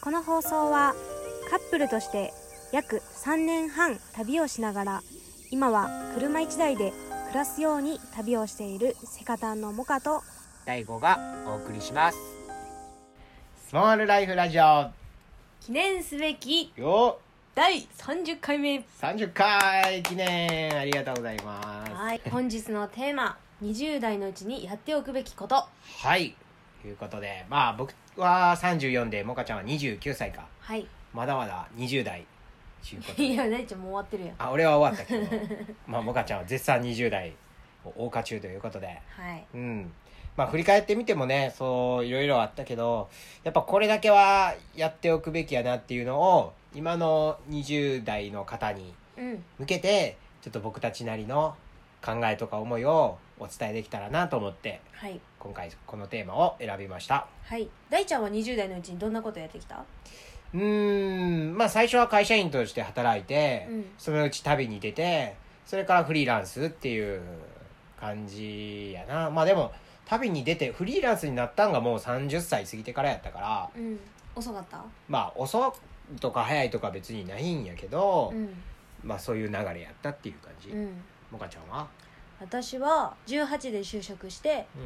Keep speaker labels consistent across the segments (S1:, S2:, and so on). S1: この放送はカップルとして約3年半旅をしながら今は車1台で暮らすように旅をしているセカタンのモカと
S2: 第5がお送りしますスモールライフラジオ
S1: 記念すべき
S2: よ
S1: 第30回目
S2: 30回記念ありがとうございま
S1: はい本日のテーマ20代のうちにやっておくべきこと
S2: すはいということでまあ僕は34でモカちゃんは29歳か
S1: はい
S2: まだまだ20代ちゅうこ と
S1: い
S2: で
S1: や大ちゃんもう終わってるやん
S2: あ俺は終わったけどまあモカちゃんは絶賛20代を謳歌中ということで
S1: はい
S2: うん。まあ振り返ってみてもね、そう、いろいろあったけど、やっぱこれだけはやっておくべきやなっていうのを、今の20代の方に
S1: うん
S2: 向けて、ちょっと僕たちなりの考えとか思いをお伝えできたらなと思って、
S1: はい
S2: 今回このテーマを選びました。
S1: はい大ちゃんは20代のうちにどんなことやってきた
S2: うーん、まあ最初は会社員として働いて、
S1: うん
S2: そのうち旅に出て、それからフリーランスっていう感じやな。まあでも、旅に出てフリーランスになったんがもう30歳過ぎてからやったから、
S1: うん遅かった
S2: まあ遅いとか早いとか別にないんやけど、
S1: うん
S2: まあそういう流れやったっていう感じ。
S1: うん
S2: もかちゃんは
S1: 私は18で就職して
S2: う。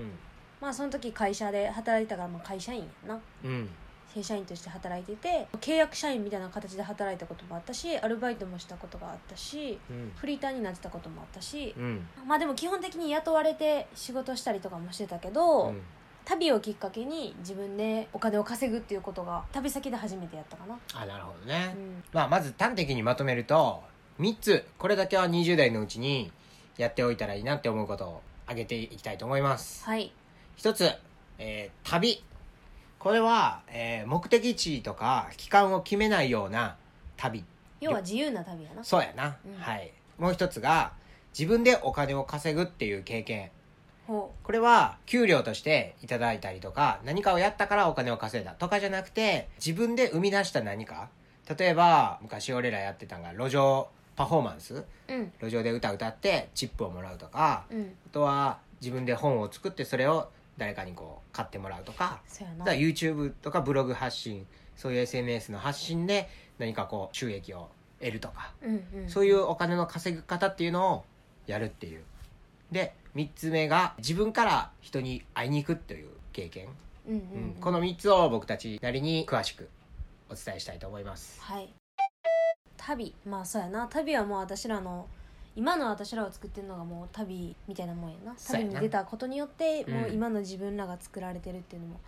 S1: まあその時会社で働いてたからまあ会社員やなん
S2: うん。
S1: 正社員として働いてて契約社員みたいな形で働いたこともあったしアルバイトもしたことがあったし
S2: うん。
S1: フリーターになってたこともあったし
S2: うん。
S1: まあでも基本的に雇われて仕事したりとかもしてたけど、
S2: うん
S1: 旅をきっかけに自分でお金を稼ぐっていうことが旅先で初めてやったかな、
S2: あ、なるほどね。
S1: うん、
S2: まあ、まず端的にまとめると、3つ、これだけは20代のうちにやっておいたらいいなって思うことを挙げていきたいと思います。
S1: はい
S2: 1つ、えー旅。これは、えー目的地とか期間を決めないような旅。
S1: 要は自由な旅やな
S2: そうやな。
S1: うん
S2: はい。もう1つが、自分でお金を稼ぐっていう経験。
S1: ほ
S2: これは、給料としていただいたりとか、何かをやったからお金を稼いだとかじゃなくて、自分で生み出した何か。例えば、昔俺らやってたのが、路上パフォーマンス
S1: ううん
S2: 路上で歌歌って、チップをもらうとか、
S1: うん
S2: あとは、自分で本を作って、それを誰かにこう、買ってもらうとか、
S1: そうや
S2: だ
S1: な
S2: から YouTube とかブログ発信、そういう SNS の発信で、何かこう、収益を得るとか、
S1: うんうん
S2: そういうお金の稼ぐ方っていうのをやるっていう。で、三つ目が自分から人に会いに行くという経験。
S1: うんうん
S2: うん
S1: うん
S2: この三つを僕たちなりに詳しくお伝えしたいと思います。
S1: はい旅まあそうやな旅はもう私らの今の私らを作ってるのがもう旅みたいなもんやな
S2: そう
S1: 旅
S2: やな
S1: に出たことによって
S2: うん
S1: もう今の自分らが作られてるっていうのも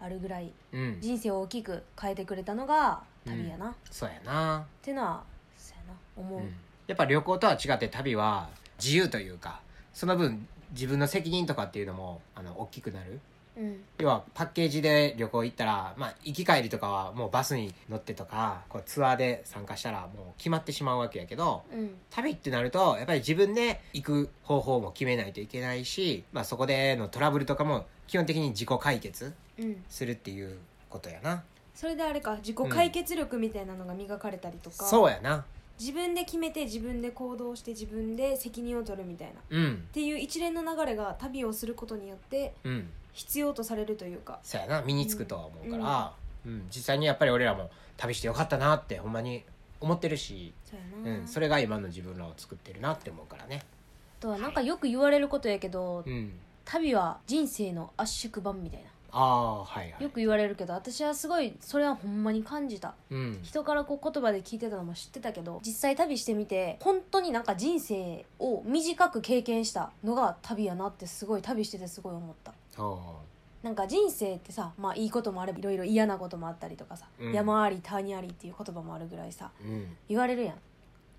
S1: あるぐらい
S2: うん。
S1: 人生を大きく変えてくれたのが旅やな、っ
S2: そうやな。
S1: ていうのはそうやな思
S2: う
S1: う、
S2: ん。やっぱ旅行とは違って旅は自由というか、その分自分の責任とかっていうのも、あの、大きくなる。
S1: うん
S2: 要はパッケージで旅行行ったら、まあ、行き帰りとかはもうバスに乗ってとか、こうツアーで参加したらもう決まってしまうわけやけど、
S1: うん
S2: 旅ってなると、やっぱり自分で行く方法も決めないといけないし、まあそこでのトラブルとかも基本的に自己解決
S1: うん
S2: するっていうことやな。
S1: それであれか自己解決力みたいなのが磨かれたりとか、
S2: そうやな。
S1: 自分で決めて自分で行動して自分で責任を取るみたいなっ
S2: うん。
S1: ていう一連の流れが旅をすることによって
S2: うん。
S1: 必要とされるというか
S2: そうやな。身につくとは思うから、うん、実際にやっぱり俺らも旅してよかったなってほんまに思ってるし、
S1: そうや
S2: う
S1: な、
S2: ん。それが今の自分らを作ってるなって思うからね。
S1: あとはなんかよく言われることやけど、
S2: うん。
S1: 旅は人生の圧縮版みたいな
S2: ああ、はいはい。
S1: よく言われるけど私はすごいそれはほんまに感じた
S2: うん。
S1: 人からこう言葉で聞いてたのも知ってたけど実際旅してみて本当になんか人生を短く経験したのが旅やなってすごい旅しててすごい思った
S2: そ
S1: なんか人生ってさまあいいこともあればいろいろ嫌なこともあったりとかさ、
S2: うん
S1: 山あり谷ありっていう言葉もあるぐらいさ
S2: う。うん。
S1: 言われるやん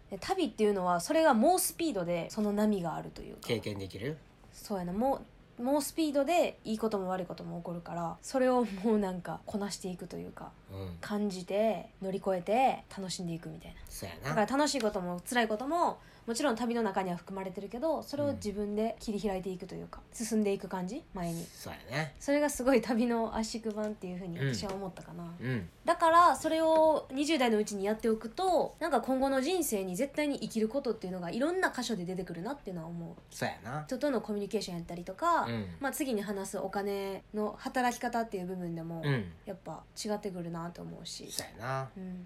S1: で旅っていうのはそれが猛スピードでその波があるというか
S2: 経験できる
S1: そうやなもう猛スピードでいいことも悪いことも起こるからそれをもうなんかこなしていくというか
S2: うん。
S1: 感じて乗り越えて楽しんでいくみたいな
S2: そうや
S1: だ
S2: な。
S1: から楽しいことも辛いことももちろん旅の中には含まれてるけどそれを自分で切り開いていくというか、進んでいく感じ前に
S2: そうやね
S1: それがすごい旅の圧縮版っていうふうに
S2: うん
S1: 私は思ったかな、
S2: うん
S1: だからそれを20代のうちにやっておくとなんか今後の人生に絶対に生きることっていうのがいろんな箇所で出てくるなっていうのは思う
S2: そうやな
S1: 人とのコミュニケーションやったりとか、
S2: うん
S1: まあ、次に話すお金の働き方っていう部分でも、
S2: うん
S1: やっぱ違ってくるなと思うし、
S2: そうやな
S1: うん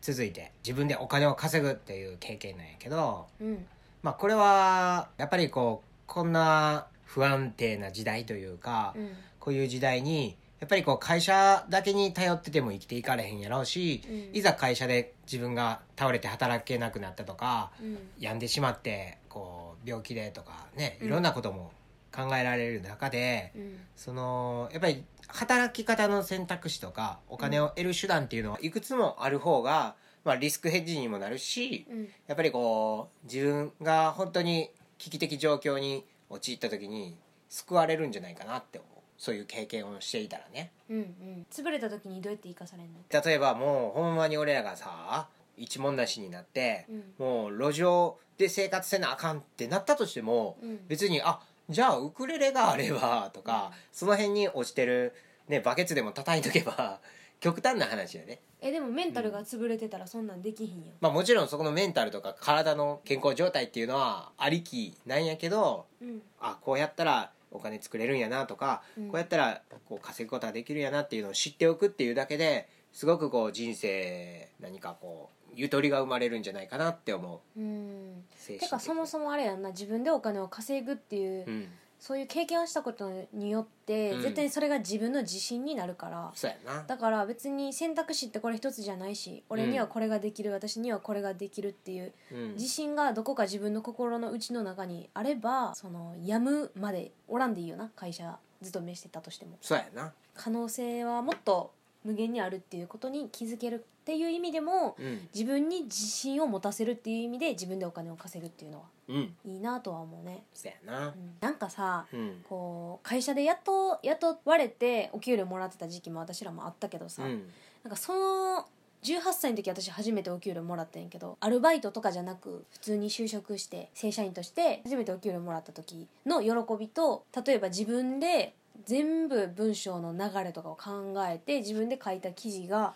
S2: 続いて自分でお金を稼ぐっていう経験なんやけど
S1: うん
S2: まあこれはやっぱりこうこんな不安定な時代というか、
S1: うん
S2: こういう時代にやっぱりこう会社だけに頼ってても生きていかれへんやろうし、
S1: うん
S2: いざ会社で自分が倒れて働けなくなったとか
S1: うん
S2: 病んでしまってこう病気でとかね
S1: うん
S2: いろんなことも考えられる中で、
S1: うん
S2: そのやっぱり働き方の選択肢とかお金を得る手段っていうのはいくつもある方が、まあ、リスクヘッジにもなるし
S1: うん
S2: やっぱりこう自分が本当に危機的状況に陥った時に救われるんじゃないかなって思うそういう経験をしていたらね
S1: うんうん潰れた時にどうやって生かされるの
S2: 例えばもうほんまに俺らがさ一文無しになって、もう路上で生活せなあかんってなったとしても、
S1: うんうん
S2: 別にあじゃあウクレレがあればとか、
S1: うん
S2: その辺に落ちてる、ね、バケツでも叩いとけば 極端な話だね、
S1: えでもメンタルが潰れてたらそんなんできひんやん
S2: まあ、もちろんそこのメンタルとか体の健康状態っていうのはありきなんやけど
S1: うん
S2: あこうやったらお金作れるんやなとか、
S1: うん
S2: こうやったらこう稼ぐことができるんやなっていうのを知っておくっていうだけですごくこう人生何かこうゆとりが生まれるんじゃないかなって思う
S1: うん
S2: 精神
S1: て
S2: 的
S1: かそもそもあれやんな自分でお金を稼ぐっていう、
S2: うん
S1: そういう経験をしたことによって、
S2: うん
S1: 絶対にそれが自分の自信になるから
S2: そうやな
S1: だから別に選択肢ってこれ一つじゃないし俺にはこれができる、私にはこれができるっていう
S2: うん
S1: 自信がどこか自分の心の内の中にあればそのやむまでおらんでいいよな会社勤めしてたとしても
S2: そうやな
S1: 可能性はもっと無限にあるっていうことに気づけるっていう意味でも
S2: うん
S1: 自分に自信を持たせるっていう意味で自分でお金を稼ぐっていうのは
S2: うん
S1: いいなとは思うね、
S2: そうやな
S1: うんなんかさ
S2: うん
S1: こう会社でやっと雇われてお給料もらってた時期も私らもあったけどさ、
S2: うん
S1: なんかその18歳の時私初めてお給料もらったんやけどアルバイトとかじゃなく普通に就職して正社員として初めてお給料もらった時の喜びと例えば自分で全部文章の流れとかを考えて自分で書いた記事が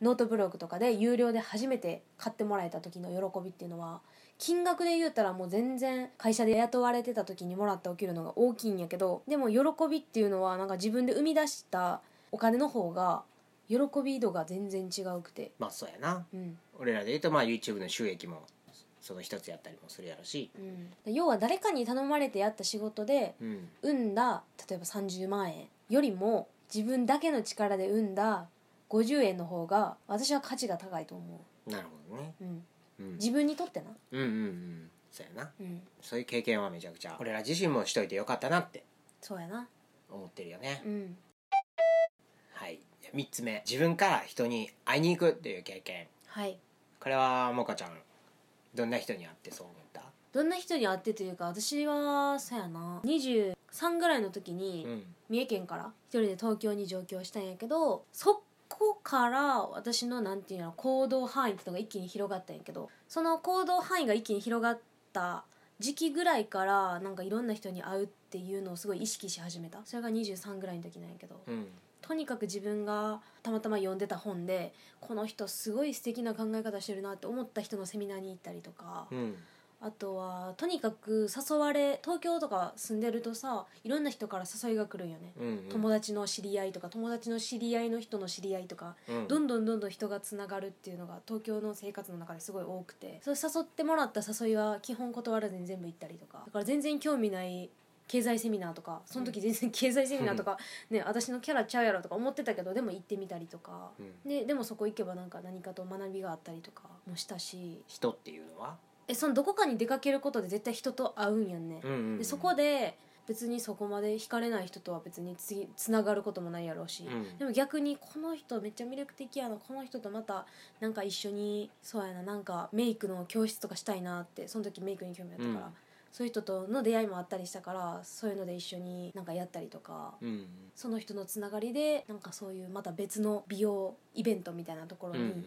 S1: ノートブログとかで有料で初めて買ってもらえた時の喜びっていうのは金額で言うたらもう全然会社で雇われてた時にもらったお給料の方が大きいんやけどでも喜びっていうのはなんか自分で生み出したお金の方が喜び度が全然違うくて
S2: まあそうやな
S1: うん
S2: 俺らで言うとまあ YouTube の収益もその一つやったりもするやろし
S1: うん要は誰かに頼まれてやった仕事で
S2: うん
S1: 生んだ例えば30万円よりも自分だけの力で生んだ50円の方が私は価値が高いと思
S2: なるほどね
S1: う、うん、
S2: うん
S1: 自分にとってな、
S2: うんうんうんそうやな
S1: うん、
S2: そういう経験はめちゃくちゃ俺ら自身もしといてよかったなって
S1: そうやな
S2: 思ってるよね
S1: うん
S2: はい3つ目自分から人に会いに行くっていう経験
S1: はい
S2: これはもかちゃんどんな人に会ってそう思った
S1: どんな人に会ってというか私はそうやな23ぐらいの時に、
S2: うん
S1: 三重県から一人で東京に上京したんやけどそこから私のなんていうの行動範囲っていうのが一気に広がったんやけどその行動範囲が一気に広がった時期ぐらいからなんかいろんな人に会うっていうのをすごい意識し始めたそれが23ぐらいの時なんやけど
S2: うん
S1: とにかく自分がたまたま読んでた本でこの人すごい素敵な考え方してるなって思った人のセミナーに行ったりとか
S2: うん
S1: あとはとにかく誘われ東京とか住んでるとさいろんな人から誘いが来るんよね
S2: うんうん
S1: 友達の知り合いとか友達の知り合いの人の知り合いとか
S2: うん
S1: どんどんどんどん人がつながるっていうのが東京の生活の中ですごい多くてそれ誘ってもらった誘いは基本断らずに全部行ったりとかだから全然興味ない経済セミナーとかその時全然経済セミナーと か、ね、私のキャラちゃうやろとか思ってたけどでも行ってみたりとか
S2: うん
S1: ででもそこ行けばなんか何かと学びがあったりとかもしたし
S2: 人っていうのは
S1: えそのどこかに出かけることで絶対人と会うんやんね、
S2: うんうんうん
S1: でそこで別にそこまで惹かれない人とは別につつながることもないやろうし、
S2: うん
S1: でも逆にこの人めっちゃ魅力的やなこの人とまたなんか一緒にそうやななんかメイクの教室とかしたいなってその時メイクに興味あったから、
S2: うん
S1: そういう人との出会いもあったりしたからそういうので一緒になんかやったりとか。
S2: うん
S1: その人のつながりでなんかそういうまた別の美容イベントみたいなとこ
S2: う
S1: ろ
S2: んうんうん
S1: に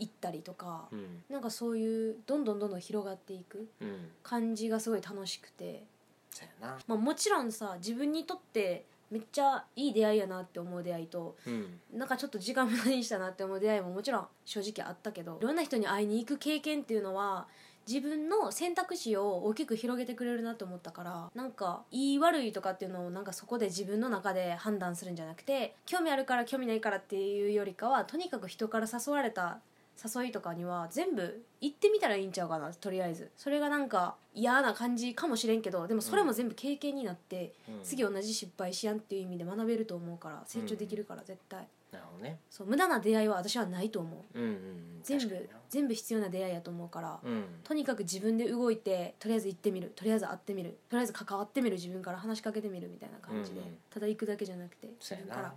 S1: 行ったりとか、
S2: うん
S1: なんかそういうどんどんどんどん広がっていく
S2: うん
S1: 感じがすごい楽しくて、
S2: そうやな
S1: まあ、もちろんさ自分にとってめっちゃいい出会いやなって思う出会いと
S2: うん
S1: なんかちょっと時間無駄にしたなって思う出会いももちろん正直あったけどいろんな人に会いに行く経験っていうのは自分の選択肢を大きく広げてくれるなと思ったからなんかいい悪いとかっていうのをなんかそこで自分の中で判断するんじゃなくて興味あるから興味ないからっていうよりかはとにかく人から誘われた誘いとかには全部行ってみたらいいんちゃうかなとりあえずそれがなんか嫌な感じかもしれんけどでもそれも全部経験になって、
S2: うん
S1: 次同じ失敗しやんっていう意味で学べると思うから成長できるから絶対、
S2: なるほどね
S1: そう無駄な出会いは私はないと思う
S2: うんうんうん
S1: 全
S2: 確かに
S1: 部
S2: な
S1: 全部必要な出会いやと思うから、
S2: うん
S1: とにかく自分で動いてとりあえず行ってみるとりあえず会ってみるとりあえず関わってみる自分から話しかけてみるみたいな感じで、
S2: うんうん
S1: ただ行くだけじゃなくて自
S2: そうや
S1: 分
S2: な
S1: から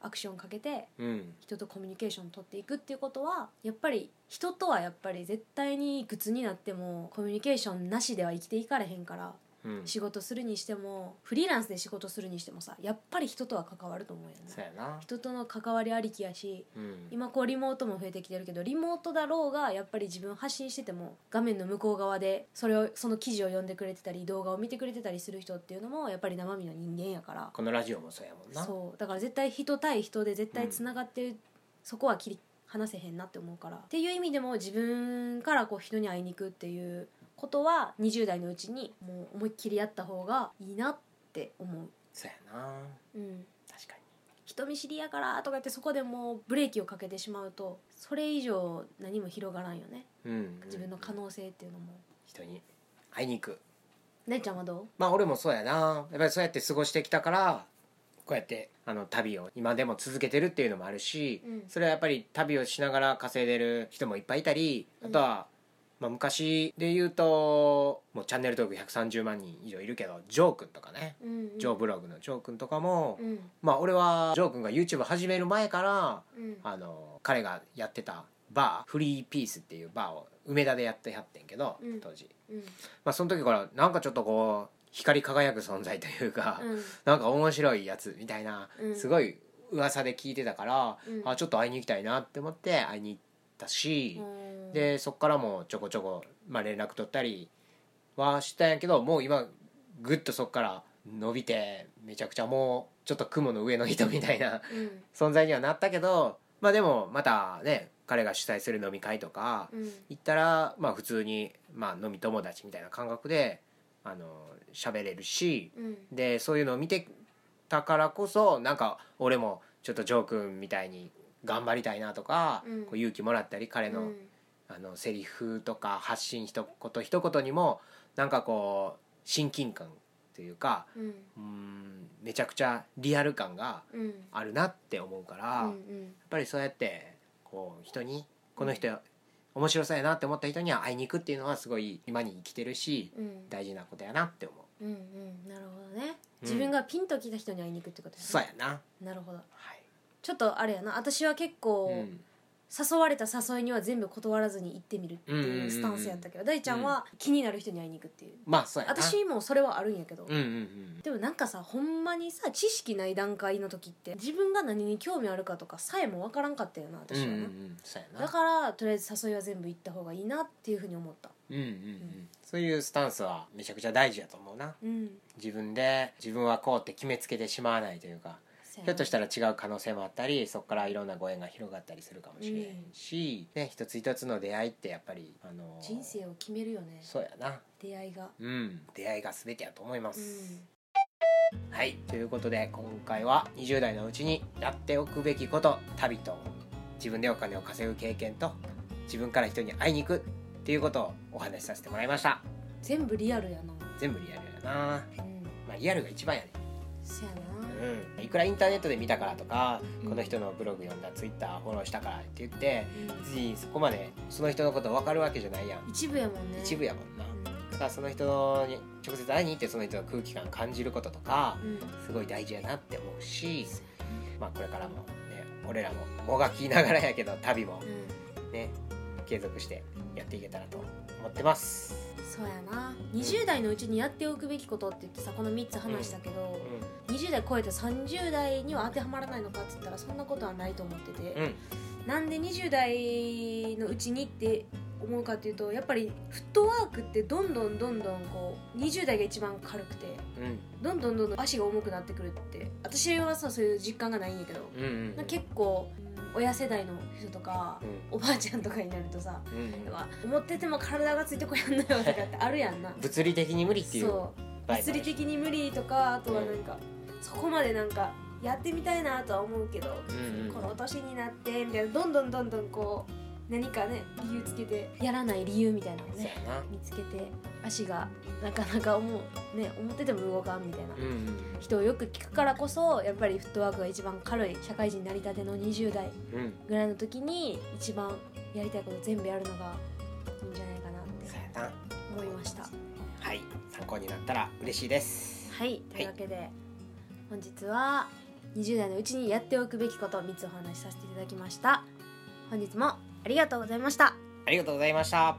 S1: アクションかけて
S2: うん
S1: 人とコミュニケーション取っていくっていうことはやっぱり人とはやっぱり絶対にいくつになってもコミュニケーションなしでは生きていかれへんから
S2: うん
S1: 仕事するにしてもフリーランスで仕事するにしてもさやっぱり人とは関わると思うよね
S2: そうやな
S1: 人との関わりありきやし
S2: うん
S1: 今こうリモートも増えてきてるけどリモートだろうがやっぱり自分発信してても画面の向こう側でそれをその記事を読んでくれてたり動画を見てくれてたりする人っていうのもやっぱり生身の人間やから
S2: このラジオもそうやもんな
S1: そうだから絶対人対人で絶対つながってる、そこは切り離せへんなって思うからっていう意味でも自分からこう人に会いに行くっていうことは20代のうちにもう思いっきりやった方がいいなって思
S2: そうやな
S1: う。うん
S2: 確かに
S1: 人見知りやからとか言ってそこでもうブレーキをかけてしまうとそれ以上何も広がらんよね
S2: うん
S1: 自分の可能性っていうのも、
S2: 人に会いに行く
S1: ねちゃんはど
S2: まあ俺もそうやなやっぱりそうやって過ごしてきたからこうやってあの旅を今でも続けてるっていうのもあるし、
S1: うん
S2: それはやっぱり旅をしながら稼いでる人もいっぱいいたりあとは、まあ、昔で言うともうチャンネル登録130万人以上いるけどジョー君とかね、
S1: う、うんうん、
S2: ジョーブログのジョー君とかも、
S1: うん
S2: まあ俺はジョー君が YouTube 始める前から
S1: うん
S2: あの彼がやってたバーフリーピースっていうバーを梅田でやってはってんけど、
S1: うん
S2: 当時、
S1: うん
S2: まあ、その時からなんかちょっとこう光り輝く存在というか、
S1: うん
S2: なんか面白いやつみたいな、
S1: うん
S2: すごい噂で聞いてたから、
S1: うん
S2: あちょっと会いに行きたいなって思って会いに行ったし、
S1: うん
S2: でそっからもちょこちょこ、まあ、連絡取ったりはしたんやけどもう今ぐっとそっから伸びてめちゃくちゃもうちょっと雲の上の人みたいな
S1: うん
S2: 存在にはなったけどまあでもまたね彼が主催する飲み会とか
S1: うん
S2: 行ったらまあ普通に、まあ、飲み友達みたいな感覚であの喋れるし
S1: うん
S2: でそういうのを見てたからこそなんか俺もちょっとジョー君みたいに頑張りたいなとか、
S1: うん
S2: こう勇気もらったり彼の,、
S1: うん
S2: あのセリフとか発信一言一言にもなんかこう親近感というか
S1: うん
S2: うーんめちゃくちゃリアル感が
S1: うん
S2: あるなって思うから。
S1: うん
S2: やっぱりそうやってこう人にこの人面白そうやなって思った人には会いに行くっていうのはすごい今に生きてるし
S1: うんうん
S2: 大事なことやなって思う
S1: うんうんなるほどね
S2: うん
S1: 自分がピンときた人に会いに行くってこと
S2: そう
S1: ね
S2: やな
S1: なるほど
S2: はい
S1: ちょっとあれやな私は結構、
S2: うん
S1: 誘われた誘いには全部断らずに行ってみるっていうスタンスやったけど大ちゃんは気になる人に会いに行くっていう
S2: まあそうやな
S1: 私もそれはあるんやけど
S2: うんうんうん
S1: でもなんかさほんまにさ知識ない段階の時って自分が何に興味あるかとかさえも分からんかったよな
S2: うん
S1: 私は
S2: うんう
S1: な、
S2: んそうや
S1: だ
S2: な
S1: からとりあえず誘いは全部行った方がいいなっていうふうに思った
S2: うんうんうんそういうスタンスはめちゃくちゃ大事やと思うな
S1: うん
S2: 自分で自分はこうって決めつけてしまわないというか
S1: せや
S2: ひ
S1: な
S2: ょっとしたら違う可能性もあったりそこからいろんなご縁が広がったりするかもしれへんし、ね、一つ一つの出会いってやっぱり、あのー
S1: 人生を決めるよね
S2: そうやな
S1: 出会いが
S2: うん、出会いが全てやと思いま
S1: う
S2: す、
S1: ん
S2: はいということで今回は20代のうちにやっておくべきこと旅と自分でお金を稼ぐ経験と自分から人に会いに行くっていうことをお話しさせてもらいました
S1: 全部リアルやな
S2: 全部リアルやな、
S1: うん
S2: まあ、リアルが一番やね
S1: せやな
S2: うんいくらインターネットで見たからとか、
S1: うん
S2: この人のブログ読んだツイッターフォローしたからって言って
S1: うん
S2: 別にそこまでその人のこと分かるわけじゃないやん
S1: 一部やもんね
S2: 一部やもんな
S1: うん
S2: だからその人に直接会いに行ってその人の空気感感じることとか、
S1: うん
S2: すごい大事やなって思うし、まあ、これからもね俺らももがきながらやけど旅も
S1: う
S2: ね継続してやっていけたらと思ってます。
S1: んそうやな20代のうちにやっておくべきことって言ってさこの3つ話したけど、20代超えて30代には当てはまらないのかって言ったらそんなことはないと思ってて、
S2: うん、うん、
S1: なんで20代のうちにって思うかっていうとやっぱりフットワークってどんどんどんどんこう20代が一番軽くて
S2: うん
S1: どんどんどんどん足が重くなってくるって私はさそういう実感がないんやけど
S2: うんうん
S1: なんか結構うん親世代の人とかおばあちゃんとかになるとさ
S2: うんうん
S1: は思ってても体がついてこやんのよとかってあるや んな
S2: 物理的に無理っていう
S1: そう
S2: 場合もある
S1: 物理的に無理とかあとはなんか、そこまでなんかやってみたいなとは思うけど、
S2: うんうん
S1: この年になってみたいなどんどんどんどんこう何かね理由つけてやらない理由みたいなのを
S2: そう
S1: ね
S2: やな
S1: 見つけて足がなかなか思う、ね、思ってても動かんみたいな、
S2: うん
S1: 人をよく聞くからこそやっぱりフットワークが一番軽い社会人になりたての20代
S2: うんうん
S1: ぐらいの時に一番やりたいこと全部やるのがいいんじゃないかなって
S2: そうやな
S1: 思いました
S2: はい参考になったら嬉しいです
S1: はいというわけで、本日は20代のうちにやっておくべきことを3つお話しさせていただきました本日もありがとうございました
S2: ありがとうございました